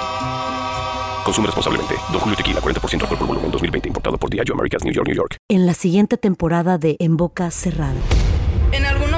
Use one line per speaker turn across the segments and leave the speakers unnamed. Consume responsablemente. Don Julio Tequila, 40% alcohol por volumen, 2020. Importado por Diageo Americas, New York, New York.
En la siguiente temporada de En Boca Cerrada.
En alguna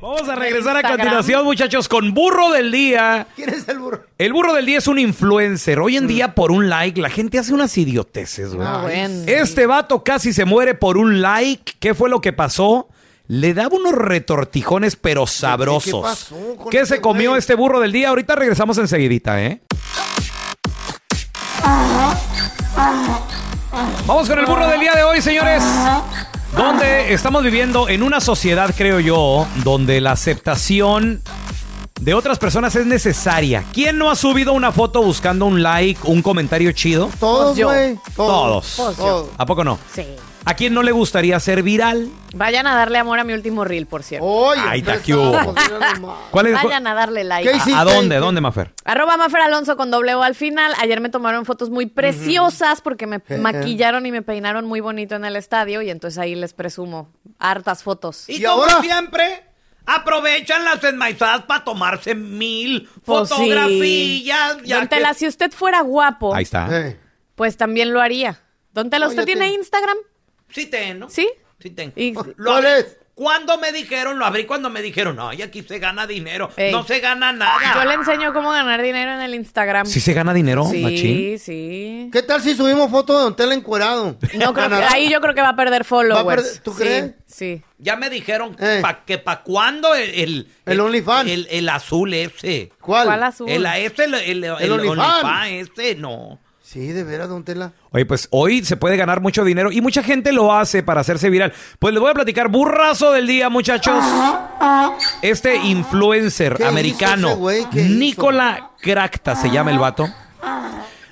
Vamos a regresar a
Instagram.
continuación, muchachos, con burro del día.
¿Quién es el burro? Mm.
El burro del día es un influencer. Hoy en día, por un like, la gente hace unas idioteces, güey.
Ah, bueno.
Este vato casi se muere por un like. ¿Qué fue lo que pasó? Le daba unos retortijones, pero sabrosos.
¿Qué pasó con
¿Qué
ese
se comió
güey?
este burro del día? Ahorita regresamos enseguidita, ¿eh? Vamos con el burro del día de hoy, señores. Donde estamos viviendo en una sociedad, creo yo, donde la aceptación de otras personas es necesaria. ¿Quién no ha subido una foto buscando un like, un comentario chido?
Todos,
Pues yo.
güey.
Todos.
Todos.
¿A poco no?
Sí.
¿A quién no le gustaría ser viral?
Vayan a darle amor a mi último reel, por cierto.
Oye,
Ay, ta,
empezamos,
¿qué hubo?
mira nomás.
¿Cuál es?
Vayan a darle like.
¿Qué
¿A-
hiciste?
¿A dónde? ¿A dónde, Mafer?
Arroba Mafer Alonso con doble O al final. Ayer me tomaron fotos muy preciosas porque me maquillaron y me peinaron muy bonito en el estadio y entonces ahí les presumo hartas fotos.
¿Y como ahora?
siempre, aprovechan las enmaizadas para tomarse mil
Pues sí. Don Tela, si usted fuera guapo,
Ahí está.
Eh,
pues también lo haría. Don Tela, ¿usted
Oye,
tiene
te-
Instagram?
Sí tengo.
¿Sí?
Sí tengo.
Y-
Lo
¿Cuál
abrí-
es?
Cuando me dijeron, lo abrí cuando me dijeron, no, y aquí se gana dinero.
Ey.
No se gana
Yo le
nada.
enseño cómo ganar dinero en el Instagram.
¿Sí se gana dinero,
sí,
machín?
sí.
¿Qué tal si subimos foto de Don Tela encuerado?
No, creo que-
Ana-
ahí yo creo que va a perder followers.
perder- ¿tú
Sí,
crees?
Sí.
Ya me dijeron
Eh.
pa- que para cuándo el... El,
El OnlyFans.
El, el azul ese.
¿Cuál?
¿Cuál azul?
El, ese, el, el, el
OnlyFans.
OnlyFans
este,
ese, no.
Sí, de veras, Don Tela.
Oye, pues hoy se puede ganar mucho dinero y mucha gente lo hace para hacerse viral. Pues les voy a platicar burrazo del día, muchachos. Este influencer
¿Qué hizo
americano,
ese güey? ¿Qué hizo?
Nicola Cracta, se llama el vato.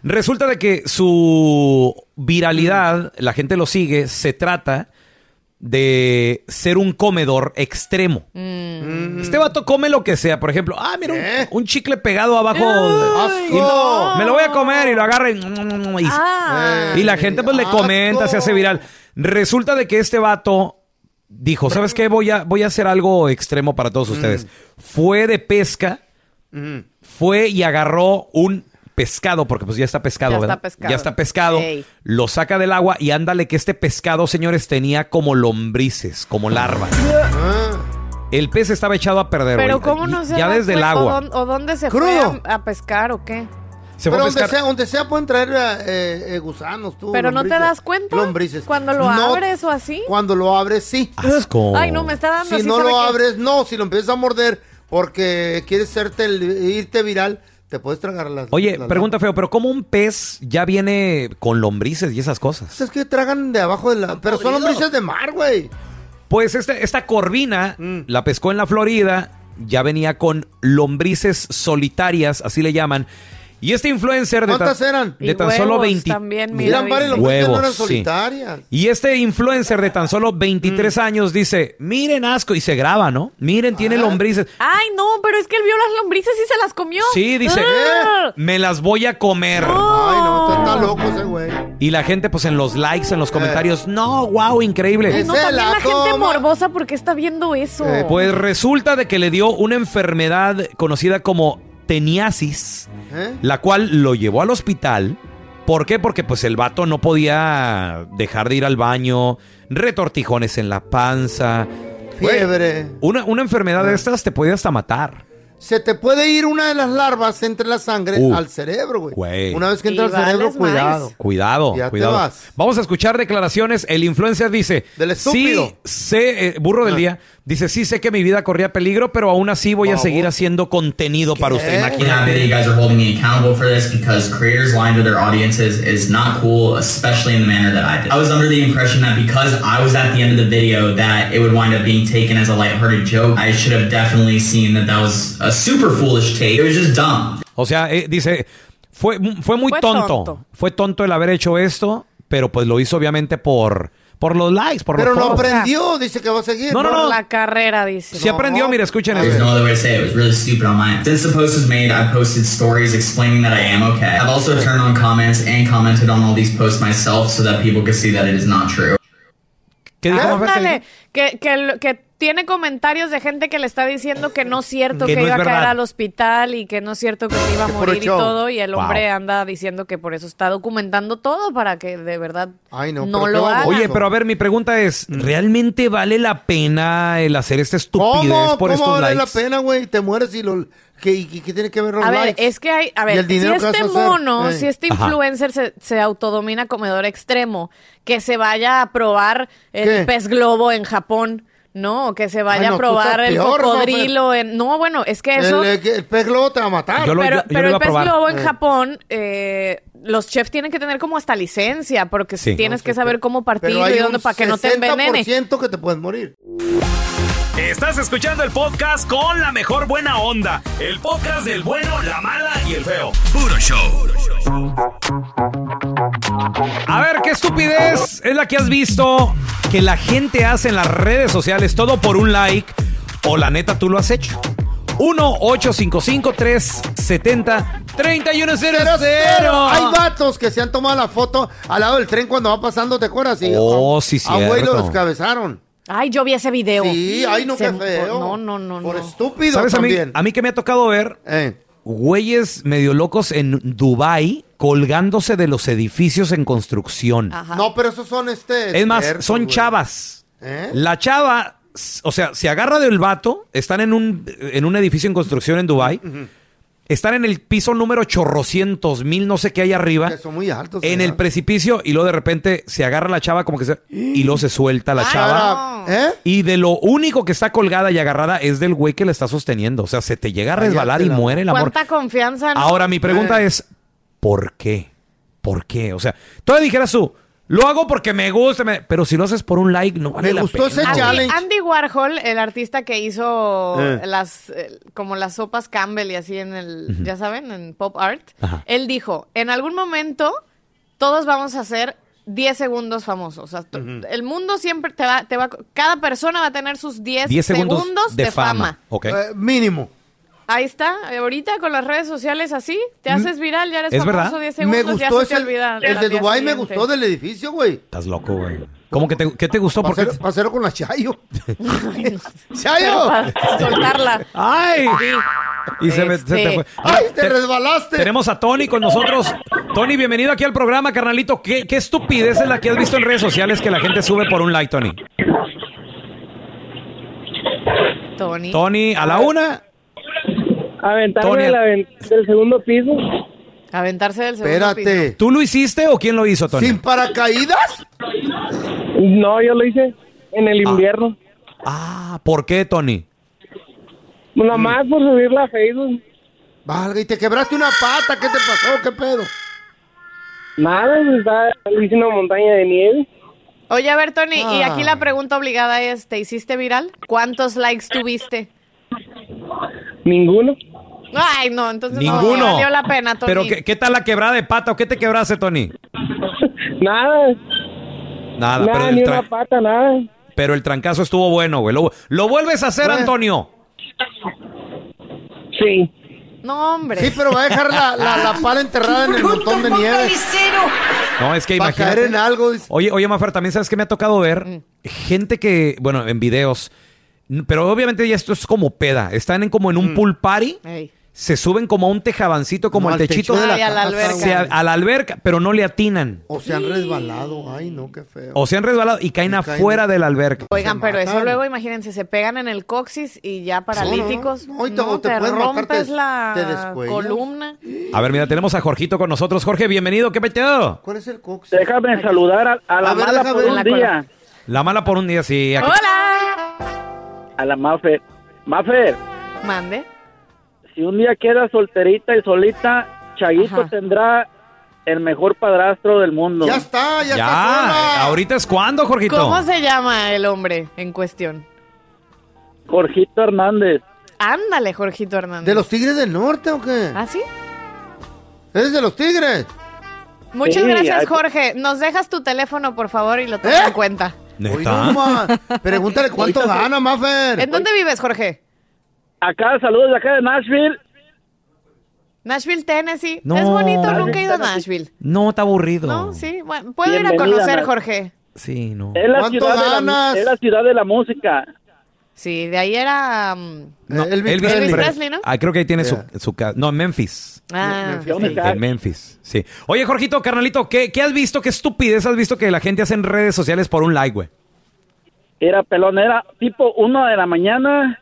Resulta de que su viralidad, la gente lo sigue, se trata de ser un comedor extremo. Este vato come lo que sea. Por ejemplo, ah, mira, un,
Mm. ¿Eh?
un chicle pegado abajo.
Ay,
Y-
no.
Me lo voy a comer y lo agarra y- y
Ah.
Eh.
y la gente pues le
Asco.
comenta, se hace viral. Resulta de que este vato dijo, ¿sabes qué? Voy a, voy a hacer algo extremo para todos ustedes. Fue de pesca, fue y agarró un pescado, porque pues ya está pescado,
Ya está
¿verdad?
pescado.
Ya está pescado.
Ey.
Lo saca del agua y ándale que este pescado, señores, tenía como lombrices, como larvas. El pez estaba echado a perder.
Pero
güey.
¿cómo no se
Ah. Ya
da
desde el
cuenta? ¿O
agua.
dón- ¿O dónde se
Crudo.
fue a, a pescar o qué?
Se fue
Pero
a
donde
pescar.
sea, donde sea pueden traer eh, eh, gusanos, tú.
Pero no te
lombrices,
das cuenta
Lombrices.
cuando lo
No,
abres o así.
Cuando lo abres, sí.
Asco.
Ay, no, me está dando
Si
así,
no
¿sabe
lo
qué?
abres, no. Si lo empiezas a morder porque quieres serte el- irte viral, te puedes tragar las.
Oye,
las-
pregunta feo, pero ¿cómo un pez ya viene con lombrices y esas cosas?
Pues es que tragan de abajo de la. Pero son
podridos.
lombrices de mar, güey.
Pues este- esta corvina
Mm.
la pescó en la Florida, ya venía con lombrices solitarias, así le llaman. Y este influencer de
¿Cuántas
tan,
eran?
de
Y
tan solo
huevos
20
también, mira,
Eran varias
David.
lombrices, no
Huevos,
eran
sí.
solitarias. Mm.
Y este influencer de tan solo 23 años dice, miren asco, y se graba, ¿no? Miren,
Ah.
tiene lombrices.
Ay, no, pero es que él vio las lombrices y se las comió.
Sí, dice,
Ah. Oh.
me las voy a comer.
Ay, no, está- está loco ese güey.
Y la gente, pues en los likes,
Eh.
en los comentarios, no, wow, increíble.
Ay, no,
Se
también
la
la, gente
toma.
morbosa porque está viendo eso.
Eh,
Pues resulta de que le dio una enfermedad conocida como teniasis,
¿Eh?
la cual lo llevó al hospital. ¿Por qué? Porque pues el vato no podía dejar de ir al baño, retortijones en la panza.
Fiebre. Ah.
Una, una enfermedad de estas te puede hasta matar.
Se te puede ir una de las larvas entre la sangre
Uh.
al cerebro, güey.
Güey.
Una vez que entra
Y
al cerebro,
vales más.
cuidado.
Cuidado,
Ya te
cuidado.
vas.
Vamos a escuchar declaraciones. El influencer dice,
Del estúpido. Ah.
sí sé, eh, burro del día, dice, sí sé que mi vida corría peligro, pero aún así voy a
Vamos.
seguir haciendo contenido para usted.
¿Qué?
Imagínate.
happy that you guys are holding me accountable for this because creators lying to their audiences is not cool, especially in the manner that I did. I was under the impression that because I was at the end of the video that it would wind up being taken as a lighthearted joke. I should have definitely seen that that was a super foolish take. It was just dumb.
O sea, eh, dice, fue, mm, fue muy
Fue
tonto.
tonto.
Fue tonto el haber hecho esto, pero pues lo hizo obviamente por, por los likes, por
Pero
los
no
follows.
aprendió, dice que va a seguir.
No, no,
Por
no.
la carrera, dice.
Sí aprendió,
No.
mira, escuchen
There's
esto.
no other way to say it. It was really stupid on my end. Since the post was made, I've posted stories explaining that I am okay. I've also turned on comments and commented on all these posts myself so that people could see that it is not true.
¿Qué dijo? Mafer? ¿Qué
Ah, Ándale,
dijo?
que, que, lo- que tiene comentarios de gente que le está diciendo que no es cierto
Que
que,
no es
iba a caer
verdad.
al hospital y que no es cierto que se iba a
Que puro
morir y
show.
todo. Y el
Wow.
hombre anda diciendo que por eso está documentando todo para que de verdad
Ay, no, pero
no
qué
lo haga. Mm.
baboso.
Oye, pero a ver, mi pregunta es, ¿realmente vale la pena el hacer esta estupidez
¿Cómo?
por
¿Cómo
estos
vale
likes?
la pena, güey? Te mueres y lo... ¿Qué, y, qué tiene que ver los
A ver,
likes?
es que hay, a
¿Y
ver,
el
si
dinero que vas a
este
hacer?
mono,
Eh.
si este
Ajá.
influencer se, se autodomina comedor extremo, que se vaya a probar el
¿Qué?
pez globo en Japón, ¿no? O que se vaya
Ay, no,
a
tú
probar
estás
el
peor, ¿no,
cocodrilo en... No, bueno, es que eso...
El, eh, que el pez globo te va a matar.
Yo lo-
pero
yo- yo
pero
lo iba a
el pez
probar.
globo en
Eh.
Japón, eh, los chefs tienen que tener como hasta licencia, porque
Sí.
tienes
No,
que
sí,
saber
pero-
cómo
pero
partirlo
hay
y
un
dónde para que no te envenene.
60% que te puedes morir.
Estás escuchando el podcast con la mejor buena onda. El podcast del bueno, la mala y el feo. Puro show.
A ver, ¿qué estupidez es la que has visto que la gente hace en las redes sociales todo por un like? O la neta, tú lo has hecho. 1-855-370-3100.
Hay vatos que se han tomado la foto al lado del tren cuando va pasando, ¿te acuerdas? Y,
Oh,
a-
sí,
A güey lo
cierto.
descabezaron.
Ay, yo vi ese video.
Sí, ay, no,
Se-
qué feo.
No, no, no,
Por
no.
estúpido
¿Sabes a mí,
también.
a mí que me ha tocado ver?
Eh.
Güeyes medio locos en Dubai colgándose de los edificios en construcción.
Ajá.
No, pero esos son este...
Es más,
expertos,
son
güey.
chavas.
¿Eh?
La chava, s- o sea, se agarra del vato, están en un, en un edificio en construcción en Dubai, están en el piso número chorrocientos mil, no sé qué hay arriba,
Que son muy altos.
en el
¿verdad?
precipicio, y luego de repente se agarra la chava como que se... Y luego se suelta la
Ay,
chava.
Ahora, ¿Eh?
Y de lo único que está colgada y agarrada es del güey que la está sosteniendo. O sea, se te llega a resbalar y
Cállate la- Eh.
muere el amor.
Cuánta confianza. ¿no?
Ahora, mi pregunta es, ¿por qué? ¿Por qué? O sea, todavía dijeras tú, lo hago porque me gusta, me- pero si lo haces por un like, no vale
Me
la
gustó
pena,
ese
güey.
Andy,
challenge.
Andy Warhol, el artista que hizo
Eh.
las eh, como las sopas Campbell y así en el, ya saben, en pop art,
Ajá.
él dijo, en algún momento todos vamos a ser 10 segundos famosos. O sea, t- El mundo siempre te va, te va, cada persona va a tener sus 10,
10 segundos, de, fama. Ok.
Eh, mínimo.
Ahí está, ahorita con las redes sociales así, te haces viral, ya eres
Mm. ¿Es
famoso
verdad?
10
Me
segundos, ya
gustó
se te
ese...
olvida
El
al
de
día
Dubái me
siguiente.
gustó del edificio, güey.
Estás loco, güey. ¿Cómo que te, qué te gustó? Porque...
Pasero, pasero con la Chayo.
Pero
¡Chayo!
para soltarla.
¡Ay! Y se, me- se te
Este-
fue.
¡Ay,
Ah,
te,
te-
resbalaste!
Tenemos a Tony con nosotros. Tony, bienvenido aquí al programa, carnalito. ¿Qué, qué estupidez es la que has visto en redes sociales que la gente sube por un like, Tony?
Tony.
Tony, a la una.
Aventarme
Tony.
de la ven- del segundo piso.
Aventarse del segundo piso.
¿Tú lo hiciste o quién lo hizo, Tony?
¿Sin paracaídas?
No, yo lo hice en el invierno.
Ah, ¿Por qué, Tony?
Nomás por subirla a Facebook.
Valga, y te quebraste una pata, ¿qué te pasó? ¿Qué pedo?
Nada, pues, está, hice una montaña de nieve.
Oye, a ver, Tony, y
Ah.
aquí la pregunta obligada es, ¿te hiciste viral? ¿Cuántos likes tuviste?
Ninguno.
Ay, no, entonces no,
Ninguno.
no valió la pena, Tony.
¿Pero qué, qué tal la quebrada de pata o qué te quebraste, Tony?
Nada,
Nada,
nada,
pero,
ni
el tra-
una pata, nada.
pero el trancazo estuvo bueno, güey. Lo, lo vuelves a hacer,
Bueno.
Antonio.
Sí.
No, hombre.
Sí, pero va a dejar la, la, la pala enterrada en el montón de nieve.
No, es que
Va a
imagínate.
caer en algo.
Oye, oye, Mafer, también sabes que me ha tocado ver gente que, bueno, en videos, n- pero obviamente ya esto es como peda. Están en, como en un pool party,
Ey.
se suben como a un tejabancito, como
No,
al
al
techito
techo de
Ay, la a la casa, alberca.
Se a- a la alberca, pero no le atinan.
O se han resbalado. Ay, no, qué feo.
O se han resbalado y caen afuera de la alberca.
Oigan, pero eso
matan.
luego, imagínense, se pegan en el coxis y ya paralíticos. No,
te- te
te
pueden matar,
rompes
te-
la
te descuellas.
columna.
A ver, mira, tenemos a Jorgito con nosotros. Jorge, bienvenido, ¿qué peteo?
¿Cuál es el cox?
Déjame saludar a, a la
A ver,
mala
déjame
por
ver.
un
La
día.
cola.
La mala por un día, sí. aquí-
A la Mafer. Mafer,
Mande.
si un día quedas solterita y solita, Chaguito
Ajá.
tendrá el mejor padrastro del mundo. Ya
está,
Ya, ahorita es cuando, Jorgito.
¿Cómo se llama el hombre en cuestión?
Jorgito Hernández.
Ándale, Jorgito Hernández.
¿De los Tigres del Norte o qué?
¿Ah, sí?
¿Eres de los Tigres?
Muchas
Sí,
gracias,
ay,
Jorge. Nos dejas tu teléfono, por favor, y lo tomo
¿Eh?
en cuenta.
Oye, no, ma. Pregúntale cuánto gana, Mafer.
¿En dónde vives, Jorge?
Acá, saludos de acá de Nashville.
Nashville, Tennessee.
No.
Es bonito,
Nashville,
nunca he ido a Nashville.
No, está aburrido.
No, sí. Bueno, puedo ir a
Bienvenida,
conocer,
Nashville.
Jorge.
Sí, no.
Es la,
¿Cuánto
ciudad de la,
ganas?
es la ciudad de la música.
Sí, de ahí era... mm,
No, Elvis,
Elvis Presley, ¿no?
Ah, creo que ahí tiene su, su casa. No, en Memphis.
ah,
En- En Memphis, sí. Oye, Jorgito, carnalito, ¿qué, qué has visto? ¿Qué estupidez has visto que la gente hace en redes sociales por un like, güey?
Era pelón, era tipo una de la mañana.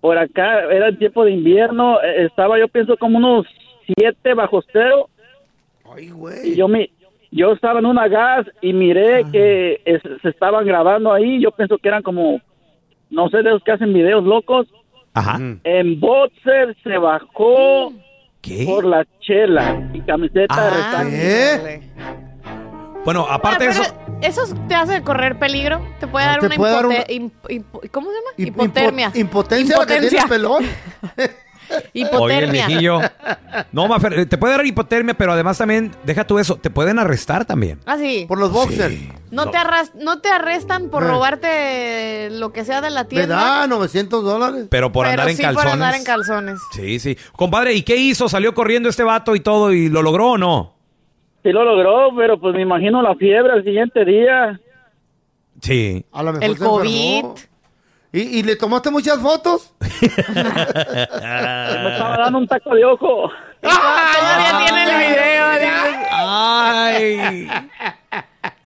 Por acá era el tiempo de invierno. eh, Estaba, yo pienso, como unos siete bajo cero. Y yo me, yo estaba en una gas y miré que es- se estaban grabando ahí. Yo pienso que eran como, no sé, de los que hacen videos locos.
Ajá.
En boxer se bajó por la chela y camiseta de restaurante.
Ah, Bueno, aparte de eso,
¿Eso te hace correr peligro? ¿Te puede dar
Ah, te
una,
puede dar
hipote- imp- imp- ¿Cómo se llama?
Hip-
Hipotermia.
hipo- impotencia, la que tiene el pelón.
oye, el
Hipotermia.
viejillo. No, Mafer, eh, te puede dar hipotermia, pero además también, deja tú eso, te pueden arrestar también.
Ah, sí.
Por los boxers.
No, Te arras- no te arrestan por
Eh.
robarte lo que sea de la
Me
tienda.
da 900 dólares.
Pero por
pero
andar en
sí
calzones.
por andar en calzones.
Sí, sí. Compadre, ¿y qué hizo? ¿Salió corriendo este vato y todo y lo logró o no?
Sí lo logró, pero pues me imagino la fiebre al siguiente día.
Sí.
A lo mejor
El
Pues se enfermó.
COVID.
¿Y, y le tomaste muchas fotos?
Pues Me estaba dando un taco de ojo.
Ah.
Todavía tiene el video.
Ay.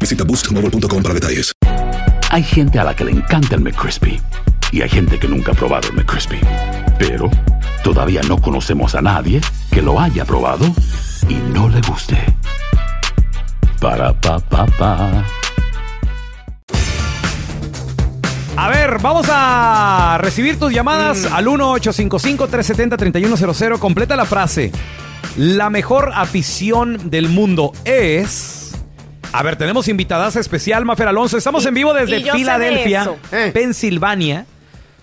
Visita boostmobile.com para detalles.
Hay gente a la que le encanta el McCrispy y hay gente que nunca ha probado el McCrispy. Pero todavía no conocemos a nadie que lo haya probado y no le guste. Para pa pa pa.
A ver, vamos a recibir tus llamadas al 1-855-370-3100. Completa la frase. La mejor afición del mundo es... A ver, tenemos invitadas especial, Mafer Alonso. Estamos en vivo desde
y yo sé de
Filadelfia,
eso.
Pensilvania,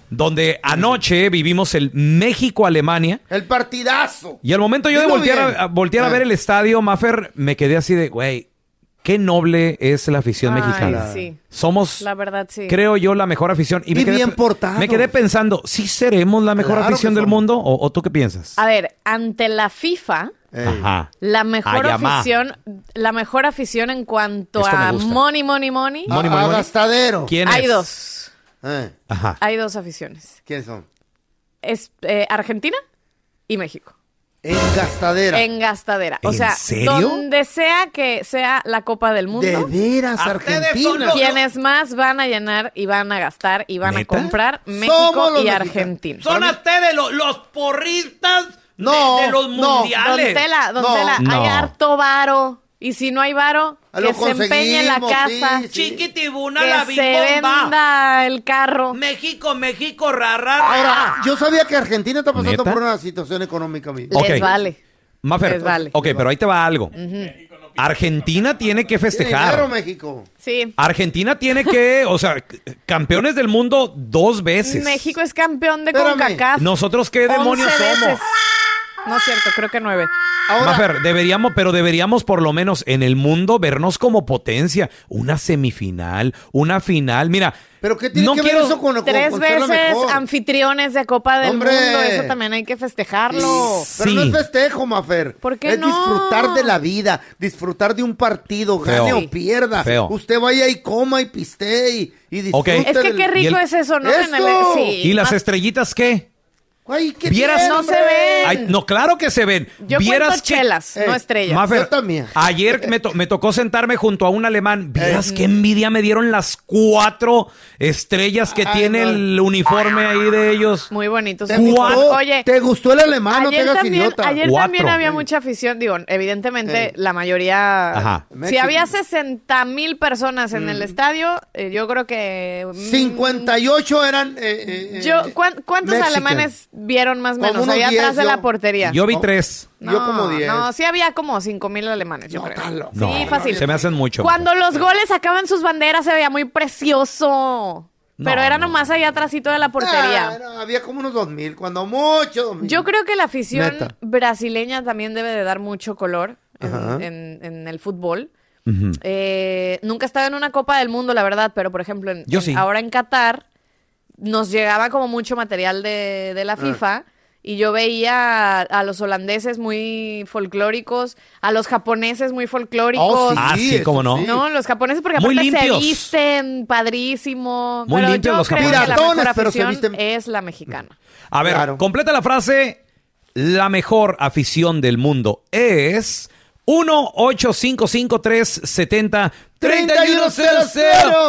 donde anoche vivimos el México-Alemania.
El partidazo.
Y al momento yo de
Dilo
voltear,
bien.
a, a voltear a
Ah.
ver el estadio, Maffer, me quedé así de, güey, qué noble es la afición
Ay,
mexicana.
sí.
Somos,
La verdad, sí.
creo yo, la mejor afición. Y, me
Y
quedé,
bien portados.
Me quedé pensando, ¿sí seremos la mejor
Claro que
afición del
somos.
mundo? ¿O, o tú qué piensas?
A ver, ante la FIFA,
Ajá.
la mejor
Ay, amá.
afición, la mejor afición en cuanto
Esto me
a
gusta.
money, money, money.
Money,
Ah,
money, money. ¿Quién
Hay
es?
dos.
Ajá.
Hay dos aficiones.
Eh. ¿Quiénes son?
Es eh, Argentina y México.
En gastadera.
En gastadera. O
¿En
sea,
serio?
donde sea que sea la Copa del Mundo.
De veras,
a
Argentina.
ustedes son los- Quienes más van a llenar y van a gastar y van
¿Neta?
a comprar
Somos
México
los
y
mexicanos.
Argentina.
Son a ustedes lo- los porristas de-
No,
de, los
no.
mundiales.
Don Tela, don Tela,
No.
hay harto varo. Y si no hay varo,
Ah,
que
lo
se empeñe en la
conseguimos,
casa.
sí, sí. Chiquitibuna,
que
la
se
bibomba.
venda el carro.
México, México, rara.
Ahora, yo sabía que Argentina está pasando
¿Neta?
por una situación económica. mi-
Les Ok. vale. Mafer,
Les vale.
ok, pero ahí te va algo. Argentina tiene que
Tiene dinero
festejar.
este México.
Sí.
Argentina tiene que, o sea, c- campeones del mundo dos veces.
México es campeón de
Espérame.
CONCACAF.
Nosotros qué demonios
11
somos.
veces. No es cierto, creo que nueve.
Mafer, deberíamos, pero deberíamos por lo menos en el mundo vernos como potencia. Una semifinal, una final. Mira,
¿Pero qué tiene
no
que ver
quiero...
eso con, con-
Tres
con ser la
veces
mejor?
anfitriones de Copa del
¡Hombre!
Mundo. Eso también hay que festejarlo.
Pero no es festejo, Mafer.
¿Por qué
es
no?
disfrutar de la vida, disfrutar de un partido,
Feo.
gane o pierda.
Feo.
Usted vaya y coma y pistee y, y disfrute.
Es que
del-
qué rico ¿Y el- es
eso, ¿no? En el-
¡Eso!
sí.
¿Y las estrellitas qué?
Ay, ¿qué
¿Vieras?
tiene, hombre?
Ay, no, claro que se ven.
Yo
¿Vieras
cuento chelas, no estrellas.
Mafer,
Yo también.
ayer me, to- me tocó sentarme junto a un alemán.
Eh.
¿Vieras qué envidia me dieron las cuatro estrellas que tiene el uniforme ahí de ellos?
Muy bonito.
¿Te
su
gustó?
uniforme. Oye,
¿Te gustó el alemán? No te hagas
también,
idiota.
Ayer
Cuatro.
también había
Sí.
mucha afición. Digo, evidentemente la mayoría...
Ajá.
Si
México. Mm.
había 60 mil personas en el estadio, eh, yo creo que... mm,
58 eran. eh, eh,
Yo,
eh,
¿cuán- ¿Cuántos
Mexican.
alemanes vieron más o
Como
menos
unos
allá
10
atrás de
yo.
la portería?
Yo vi tres.
Oh, yo como 10.
No, sí había como 5 mil alemanes, yo creo.
No,
sí, fácil.
Se me hacen mucho.
Cuando los goles sacaban sus banderas se veía muy precioso. Pero
No,
era nomás allá atrásito de la portería.
Ah, no, había como unos 2000, cuando mucho 2000.
Yo creo que la afición
Neta.
brasileña también debe de dar mucho color
Ajá.
en, en- en el fútbol. Eh, nunca he estado en una Copa del Mundo, la verdad, pero por ejemplo, en-
Yo
en-
sí.
ahora en Qatar nos llegaba como mucho material de, de
Ah.
la FIFA. Y yo veía a, a los holandeses muy folclóricos, a los japoneses muy folclóricos.
Oh, sí, Ah, sí, eso cómo no. sí.
No, los japoneses porque
Muy
aparte se
limpios.
visten padrísimo.
Muy
pero
limpios
yo
los
creo que la
japoneses.
mejor
Piratones, pero se
afición es la mexicana.
A ver, completa la frase. La mejor afición del mundo es 1 855 370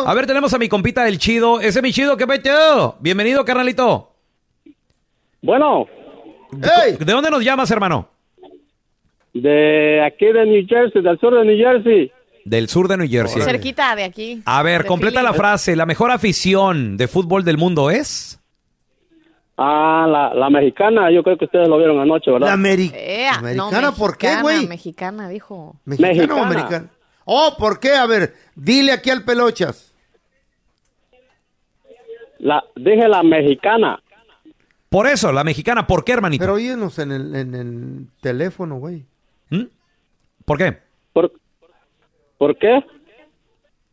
A ver, tenemos a mi compita el chido. Ese mi chido, ¿qué peteo? Bienvenido, carnalito.
Bueno.
¿De dónde nos llamas, hermano?
De aquí de New Jersey, del sur de New Jersey.
Del sur de New Jersey.
Cerquita de aquí.
A ver,
de
completa la
Philly.
frase. La mejor afición de fútbol del mundo es.
Ah, la, la mexicana, yo creo que ustedes lo vieron anoche, ¿verdad?
La americana.
Ea, no,
¿Americana por qué, güey?
Mexicana, dijo.
¿Mexicana o americana? Oh, ¿por qué? A ver, dile aquí al Pelochas.
La, dije la mexicana.
Por eso, la mexicana. ¿Por qué, hermanito?
Pero óyenos en el, en el teléfono, güey.
¿Mm? ¿Por qué?
¿Por, por qué?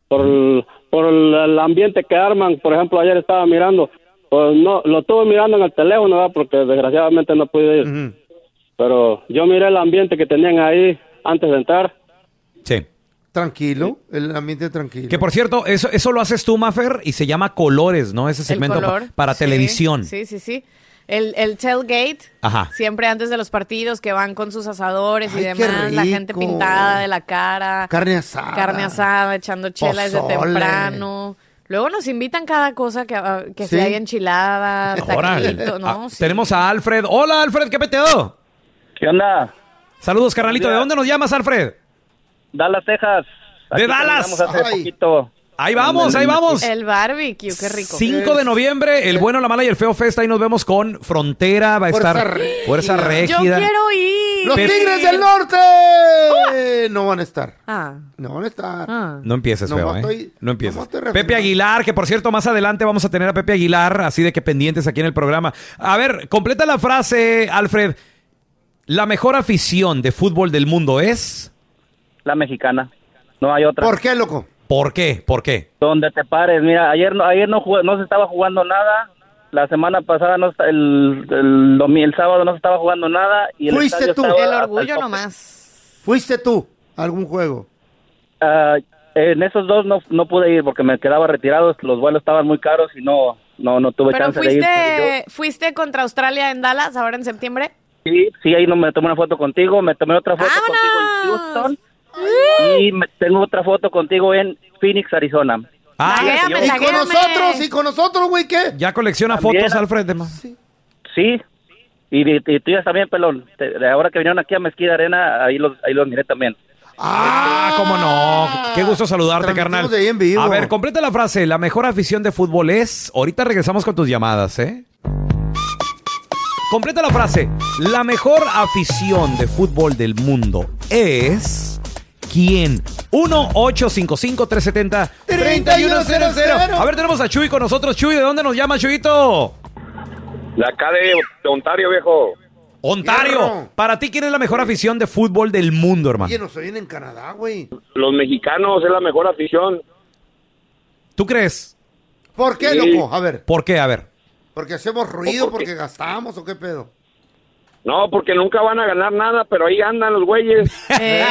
Por, el- por el, el ambiente que arman. Por ejemplo, ayer estaba mirando. Pues no, lo estuve mirando en el teléfono, ¿verdad? Porque desgraciadamente no pude ir. Pero yo miré el ambiente que tenían ahí antes de entrar.
Sí.
Tranquilo, el ambiente tranquilo.
Que por cierto, eso, eso lo haces tú, Mafer, y se llama Colores, ¿no? Ese
El
segmento pa-
color.
para
Sí,
televisión.
Sí, sí, sí. El, el tailgate,
Ajá.
siempre antes de los partidos que van con sus asadores y
Ay, qué
demás, la gente
rico.
pintada de la cara,
Carne asada.
carne asada, echando chela desde
Pozole.
temprano. Luego nos invitan cada cosa que, ah, que
Sí.
si hay enchiladas,
Órale.
taquitos,
Ah,
¿no? Sí.
Tenemos a Alfred. Hola, Alfred, ¿qué peteo?
¿Qué onda?
Saludos, carnalito. ¿De dónde nos llamas, Alfred?
Dallas, Texas.
De
Aquí
Dallas.
terminamos Hace poquito.
Ahí vamos, ahí vamos.
El barbecue, qué rico.
5 de noviembre, el bueno, la mala y el feo festa. Ahí nos vemos con Frontera. Va a
Fuerza
estar
Régida.
Fuerza Régida.
Yo quiero ir. ¡Uh!
Los
Pe-
Tigres del Norte no van a estar.
Ah.
No van a estar.
No empieces,
Nomás
feo, ¿eh?
estoy-
no empieces. Pepe Aguilar, que por cierto, más adelante vamos a tener a Pepe Aguilar, así de que pendientes aquí en el programa. A ver, completa la frase, Alfred. La mejor afición de fútbol del mundo es.
La mexicana. No hay otra.
¿Por qué, loco?
¿Por qué? ¿Por qué?
Donde te pares, mira, ayer no, ayer no, jugué- no se estaba jugando nada. La semana pasada, no, esta- el, el, domi- el sábado no se estaba jugando nada. Y el
Fuiste
estadio
tú.
estaba hasta tope.
nomás. Fuiste tú a algún juego.
Ah, en esos dos no, no pude ir porque me quedaba retirado. Los vuelos estaban muy caros y no no no tuve
Pero
chance de ir.
fuiste, fuiste contra Australia en Dallas ahora en septiembre.
Sí, sí, ahí no me tomé una foto contigo, me tomé otra foto
¡Vámonos!
contigo y me- tengo otra foto contigo en Phoenix, Arizona.
Ah,
Ah,
y con nosotros, y con nosotros, güey, ¿qué?
Ya colecciona
También.
fotos, Alfred. de-
Sí. Y, de- y tú ya también, pelón. Te- de ahora que vinieron aquí a Mezquita Arena, ahí los, ahí los miré también.
Ah, cómo no. Qué gusto saludarte, carnal. A ver, completa la frase. La mejor afición de fútbol es. Ahorita regresamos con tus llamadas, ¿eh? Completa la frase. La mejor afición de fútbol del mundo es. ¿Quién? 1-855-370-3100. A ver, tenemos a Chuy con nosotros. Chuy, ¿de dónde nos llama, Chuyito?
De acá de, de Ontario, viejo.
Ontario. Para ti, ¿quién es la mejor afición de fútbol del mundo, hermano?
Oye, nos oyen en Canadá, güey.
Los mexicanos es la mejor afición.
¿Tú crees?
¿Por qué,
Sí.
loco? A ver,
¿Por qué? A ver.
¿porque hacemos ruido? ¿Porque gastamos o qué pedo?
No, porque nunca van a ganar nada, pero ahí andan los güeyes.
Eh,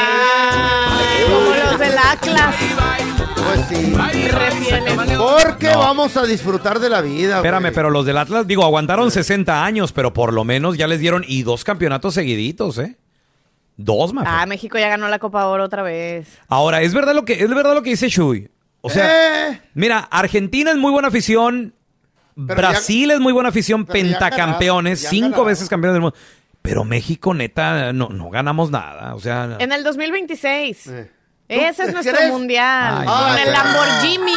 Como los del Atlas.
Pues Ah. sí. Porque vamos a disfrutar de la vida, güey.
Espérame, pero los del Atlas, digo, aguantaron 60 años, pero por lo menos ya les dieron y dos campeonatos seguiditos, ¿eh? Dos más.
Ah, México ya ganó la Copa Oro otra vez.
Ahora, es verdad lo que es verdad lo que dice Chuy. O sea,
Eh.
mira, Argentina es muy buena afición, Brasil es muy buena afición,
pero ya
pentacampeones,
ganaron, ya
cinco
ganaron.
veces campeones del mundo. Pero México, neta, no, no ganamos nada. O sea,
En el 2026. Ese
Eh. ¿Tú
es nuestro
crees?
mundial.
Ay,
con
no.
el Lamborghini.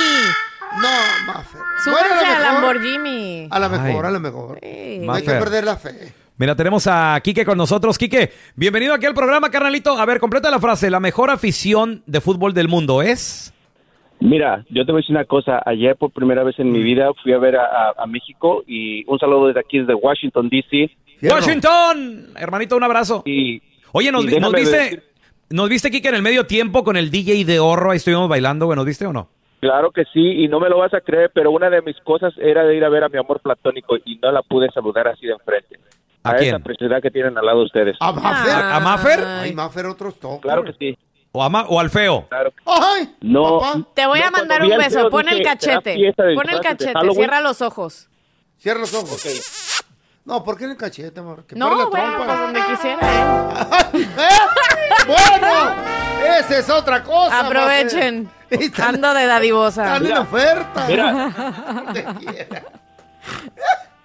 No, Mafe. Bueno, a
Súbanse al
lo mejor.
Lamborghini.
A lo mejor,
Ay.
a lo mejor. No
Más
hay que
feo.
perder la fe.
mira, tenemos a Quique con nosotros. Quique, bienvenido aquí al programa, carnalito. A ver, completa la frase. La mejor afición de fútbol del mundo es.
Mira, yo te voy a decir una cosa. Ayer por primera vez en mi vida fui a ver a, a- a México y un saludo desde aquí, desde Washington, D.C.
Washington, hermanito, un abrazo. Oye, nos,
y
vi- nos
déjame
viste,
decir-
nos viste Kike en el medio tiempo con el DJ de Horro, ahí estuvimos bailando, güey, ¿nos viste o no?
Claro que sí, y no me lo vas a creer, pero una de mis cosas era de ir a ver a mi amor platónico y no la pude saludar así de enfrente.
¿A, Ah,
esa preciosidad que tienen al lado de ustedes.
¿A Maffer?
¿A- a Maffer?
Ay, Maffer, otros toques.
Claro que sí.
¿O, a Ma- o al feo?
¡Ay!
No,
Te voy
No,
a mandar
cuando vi
un
al feo
beso. Pon el
dije, "Será
cachete.
fiesta de
Pon el
disfraces de
cachete.
Halloween".
Cierra los ojos.
Cierra los ojos. No, ¿por qué en el cachete, amor? Que
No,
por la
bueno,
trompa.
pues donde quisiera.
¿Eh? Bueno, esa es otra cosa.
Aprovechen. Ando de dadivosa.
Dale una oferta.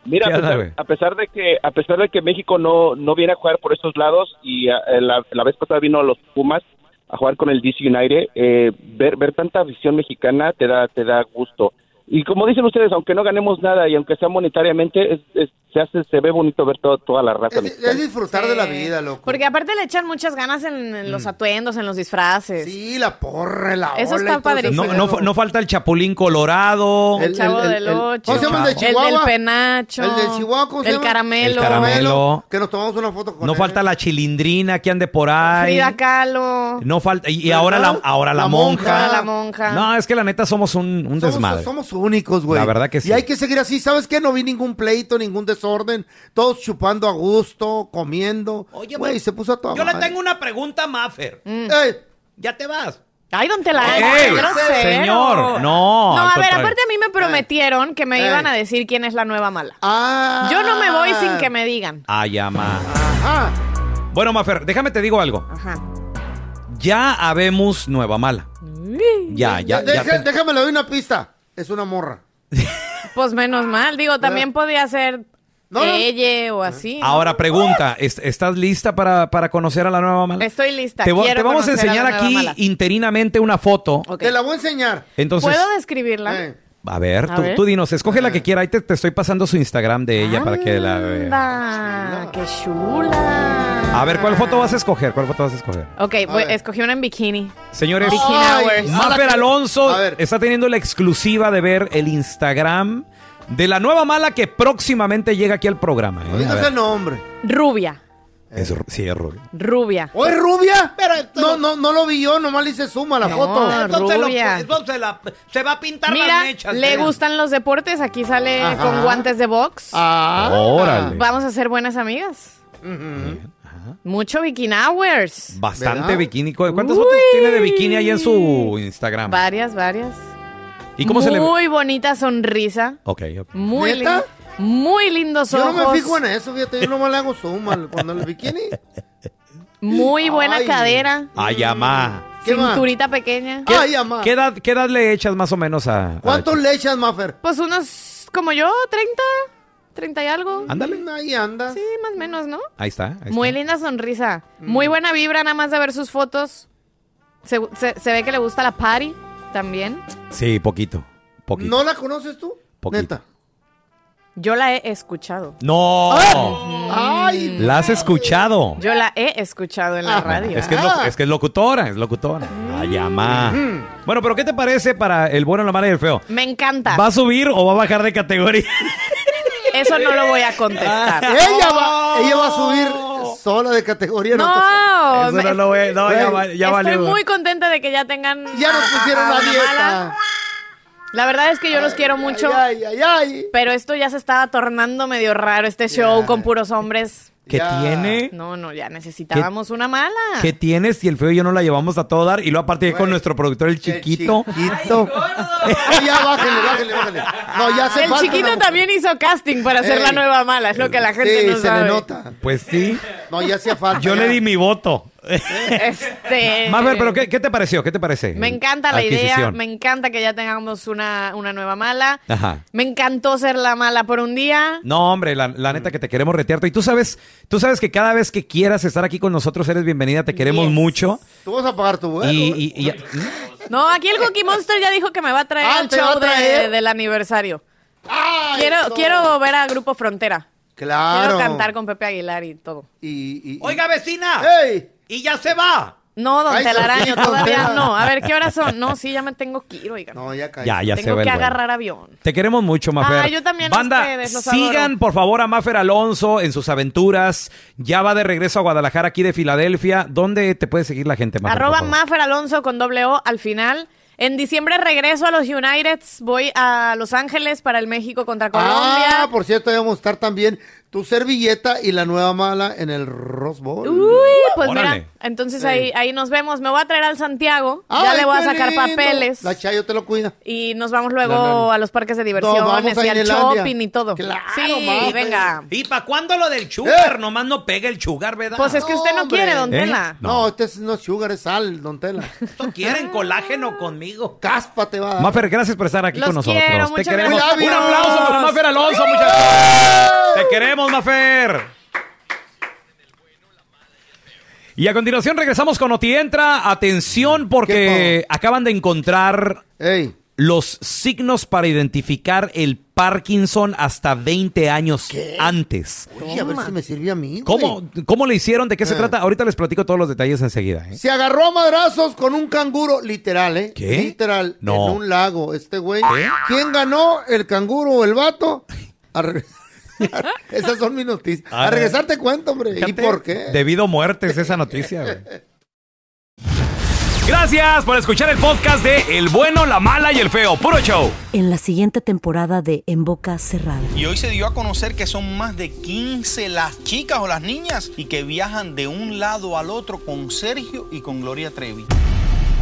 Mira, pues, a
¿Qué onda,
pesar,
güey?
a pesar de que a pesar de que México no no viene a jugar por estos lados y a, eh, la, la vez pasada vino a los Pumas a jugar con el DC United, eh, ver ver tanta visión mexicana te da te da gusto. Y como dicen ustedes, aunque no ganemos nada y aunque sea monetariamente, es- es- se hace se ve bonito ver todo- toda la raza.
Es, es disfrutar de la vida, loco.
Porque aparte le echan muchas ganas en, en los atuendos, en los disfraces.
Mm. Sí, la porra, la
Eso
ola y
está
todo ese
padrísimo.
No, no, fa- no falta el Chapulín Colorado.
El chavo del ocho.
¿Cómo se llama el de
El del
Chihuahua?
penacho.
El del Chihuahua, ¿cómo se
El
llama?
caramelo.
El caramelo.
Que nos tomamos una foto con
No falta la chilindrina que ande por ahí.
Frida Kahlo.
No falta. Y, y ahora la, ahora la,
La
monja.
monja.
La monja.
No, es que la neta somos un, un desmadre.
Somos únicos, güey.
La verdad que sí.
Y hay que seguir así. ¿Sabes qué? No vi ningún pleito, ningún desorden. Todos chupando a gusto, comiendo. Oye, güey, se puso a toda
pues, Yo le
madre.
tengo una pregunta, Maffer.
Mm.
¿Ya te vas?
Ay, don Tela,
Ey,
qué grosero.
señor, no,
No,
al
a ver,
contrario.
aparte a mí me prometieron que me
Eh.
iban a decir quién es la nueva mala. Yo no me voy sin que me digan.
Ay, ama.
Ajá.
Ah, Bueno, Mafer, déjame te digo algo.
Ajá.
Ya habemos nueva mala. Ya, ya, ya.
Deja-
te-
Déjame, le doy una pista. Es una morra.
Pues menos mal. Digo, también podía ser no, Ella
Ah.
o así. ¿no?
Ahora pregunta, ¿est- ¿estás lista para, para conocer a la nueva mala?
Estoy lista.
Te, vo-
quiero
te vamos a
conocer
enseñar
la nueva
aquí
mala.
interinamente una foto.
Ok.
Te la voy a enseñar. Eh,
Entonces,
¿Puedo describirla?
a ver,
A
tú,
ver. Ah.
tú dinos, escoge la que quiera. Ahí te, te estoy pasando su Instagram de ella para que la vea.
Anda, qué chula.
A ver, ¿cuál foto vas a escoger? ¿Cuál foto vas a escoger?
Ok, pues, escogí una en bikini.
Señores,
Bikini Hours.
Mapper Alonso está teniendo la exclusiva de ver el Instagram de la nueva mala que próximamente llega aquí al programa. ¿eh? A
Dígase
ver,
el nombre.
Rubia,
es ru- sí, es rubio.
rubia.
¿O ¿Oh, es rubia? no, no, no lo vi yo, nomás le hice suma a la foto.
Entonces lo-
Ah, rubia.
entonces la- se va a pintar las
Mira,
mechas.
eh.
le
mira.
gustan los deportes. Aquí sale
Ajá.
con guantes de box.
Ah.
Órale.
Vamos a ser buenas amigas. Mucho bikini hours.
Bastante
¿Verdad?
bikini. ¿Cu- ¿Cuántas
Uy.
fotos tiene de bikini ahí en su Instagram?
Varias, varias.
¿Y cómo
muy
se le ve?
bonita sonrisa.
Ok, ok.
Muy
¿Neta?
lindo. Muy lindos
Yo
ojos.
no me fijo en eso, fíjate, yo nomás le hago suma al- cuando el bikini.
Muy buena
Ay.
cadera.
Ay, amá.
Cinturita pequeña.
Ay, amá.
¿Qué edad, qué edad le echas más o menos a...? a-
Ah, ¿Cuántos le echas, Maffer?
Pues unos como yo, 30, 30 y algo.
Ándale.
Mm, Ahí anda. Sí,
más o menos, ¿no?
Ahí está. ahí
Muy
está.
linda sonrisa.
Mm.
Muy buena vibra nada más de ver sus fotos. Se, se- se ve que le gusta la party también.
Sí, poquito. Poquito.
¿No la conoces tú?
poquito.
Yo la he escuchado. Mm.
¡No!
Ay,
Oh.
Ah.
¿La has escuchado?
Yo la he escuchado en la radio.
Ah,
Ah.
Es que es, lo- es que es locutora, es locutora. Ay, amá. Bueno, pero ¿qué te parece para el bueno, la mala y el feo?
Me encanta.
¿Va a subir o va a bajar de categoría?
Eso no lo voy a contestar.
Ella va, Ah, ella va a subir sola de categoría.
No,
Eso no lo voy a- no, ya va- ya
Estoy
valió.
muy contenta de que ya tengan. Ya
nos pusieron la dieta.
La verdad es que yo los quiero mucho.
ay,
Pero esto ya se estaba tornando medio raro, este show con puros hombres.
¿Qué tiene?
No, no, ya necesitábamos una mala.
¿Qué tienes? Y el feo y yo no la llevamos a todo dar. Y luego aparte con nuestro productor, el chiquito.
No, ya bájale, bájale, bájale. No, ya se
El chiquito también hizo casting para hacer
Ey.
la nueva mala, es lo que la gente
Sí,
no
se
sabe.
le nota.
Pues sí.
No, ya hacía falta.
Yo
ya.
le di mi voto.
Este,
Más ver, pero ¿qué, qué te pareció? ¿Qué te parece?
Me encanta la idea,
Adquisición.
me encanta que ya tengamos una, una nueva mala.
Ajá.
Me encantó ser la mala por un día.
No, hombre, la, la neta que te queremos retearte. Y tú sabes, tú sabes que cada vez que quieras estar aquí con nosotros eres bienvenida, te queremos
Yes.
mucho.
Tú vas a pagar tu vuelo.
Y, y- y-
No, aquí el Cookie Monster ya dijo que me va a traer
Ah,
al
¿te va
show
a traer?
de- del aniversario. quiero,
no.
quiero ver a Grupo Frontera.
Claro.
Quiero cantar con Pepe Aguilar y todo.
Y,
Oiga, vecina. Y ya se va.
No, don
Ay,
Telaraño,
Diosito.
todavía no. A ver, ¿qué horas son? No, sí, ya me tengo que ir, oigan.
No, ya
ya, ya se
tengo
va el
que
vuelo.
agarrar avión.
Te queremos mucho, Mafer.
Ah, yo también a
Banda,
ustedes, los
sigan
adoro.
por favor a Mafer Alonso en sus aventuras. Ya va de regreso a Guadalajara, aquí de Filadelfia. ¿Dónde te puede seguir la gente, Mafer? por
Arroba
favor?
Mafer Alonso con doble O al final. En diciembre regreso a los Uniteds. Voy a Los Ángeles para el México contra Colombia.
Ah, por cierto, ahí vamos a estar también tu servilleta y la nueva mala en el Rose Bowl.
Uy, pues
Órale.
mira, entonces
Sí.
ahí, ahí nos vemos. Me voy a traer al Santiago. ya
Ay,
le voy a
qué
sacar
lindo.
papeles.
La Chayo te lo cuida.
Y nos vamos luego
No, no, no.
a los parques de
No,
diversiones
vamos a
y al
Disneylandia.
shopping y todo. sí,
pues.
Mafer.
venga.
¿Y para cuándo lo del
Eh.
sugar? Nomás no pega el sugar, ¿verdad?
Pues es que usted no
hombre.
quiere, don
¿Eh?
Tela.
No, este es- no es sugar, es sal, don Tela.
quieren colágeno conmigo.
Caspa te va a dar.
Mafer, gracias por estar aquí
Los
con nosotros.
quiero,
te
muchas
queremos.
gracias.
Un aplauso para Mafer Alonso,
¡Sí!
muchachos. Te queremos, Mafer. Y a continuación regresamos con Noti Entra. Atención porque acaban de encontrar los signos para identificar el Parkinson hasta 20 años antes.
Oye, a ver si me sirve a mí. güey.
¿Cómo, ¿Cómo le hicieron? ¿De qué se trata? Ahorita les platico todos los detalles enseguida. ¿eh?
Se agarró a madrazos con un canguro, literal, ¿eh?
¿Qué?
Literal,
No.
en un lago, este güey.
¿Qué?
¿Quién ganó? ¿El canguro o el vato? A re- Esas son mis noticias.
A
A,
ver.
regresar te cuento, hombre. ¿Y
Fíjate,
por qué?
Debido a muertes esa noticia, güey. Gracias por escuchar el podcast de El bueno, la mala y el feo. Puro show.
En la siguiente temporada de En Boca Cerrada.
Y hoy se dio a conocer que son más de 15 las chicas o las niñas y que viajan de un lado al otro con Sergio y con Gloria Trevi.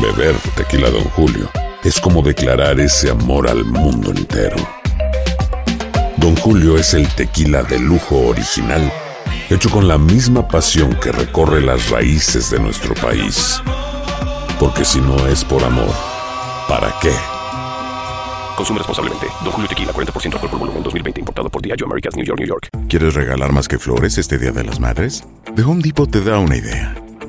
Beber tequila, Don Julio, es como declarar ese amor al mundo entero. Don Julio es el tequila de lujo original, hecho con la misma pasión que recorre las raíces de nuestro país. Porque si no es por amor, ¿para qué?
Consume responsablemente. Don Julio Tequila 40% alcohol por volumen 2020 importado por Diageo Americas New York New York.
¿Quieres regalar más que flores este Día de las Madres? The Home Depot te da una idea.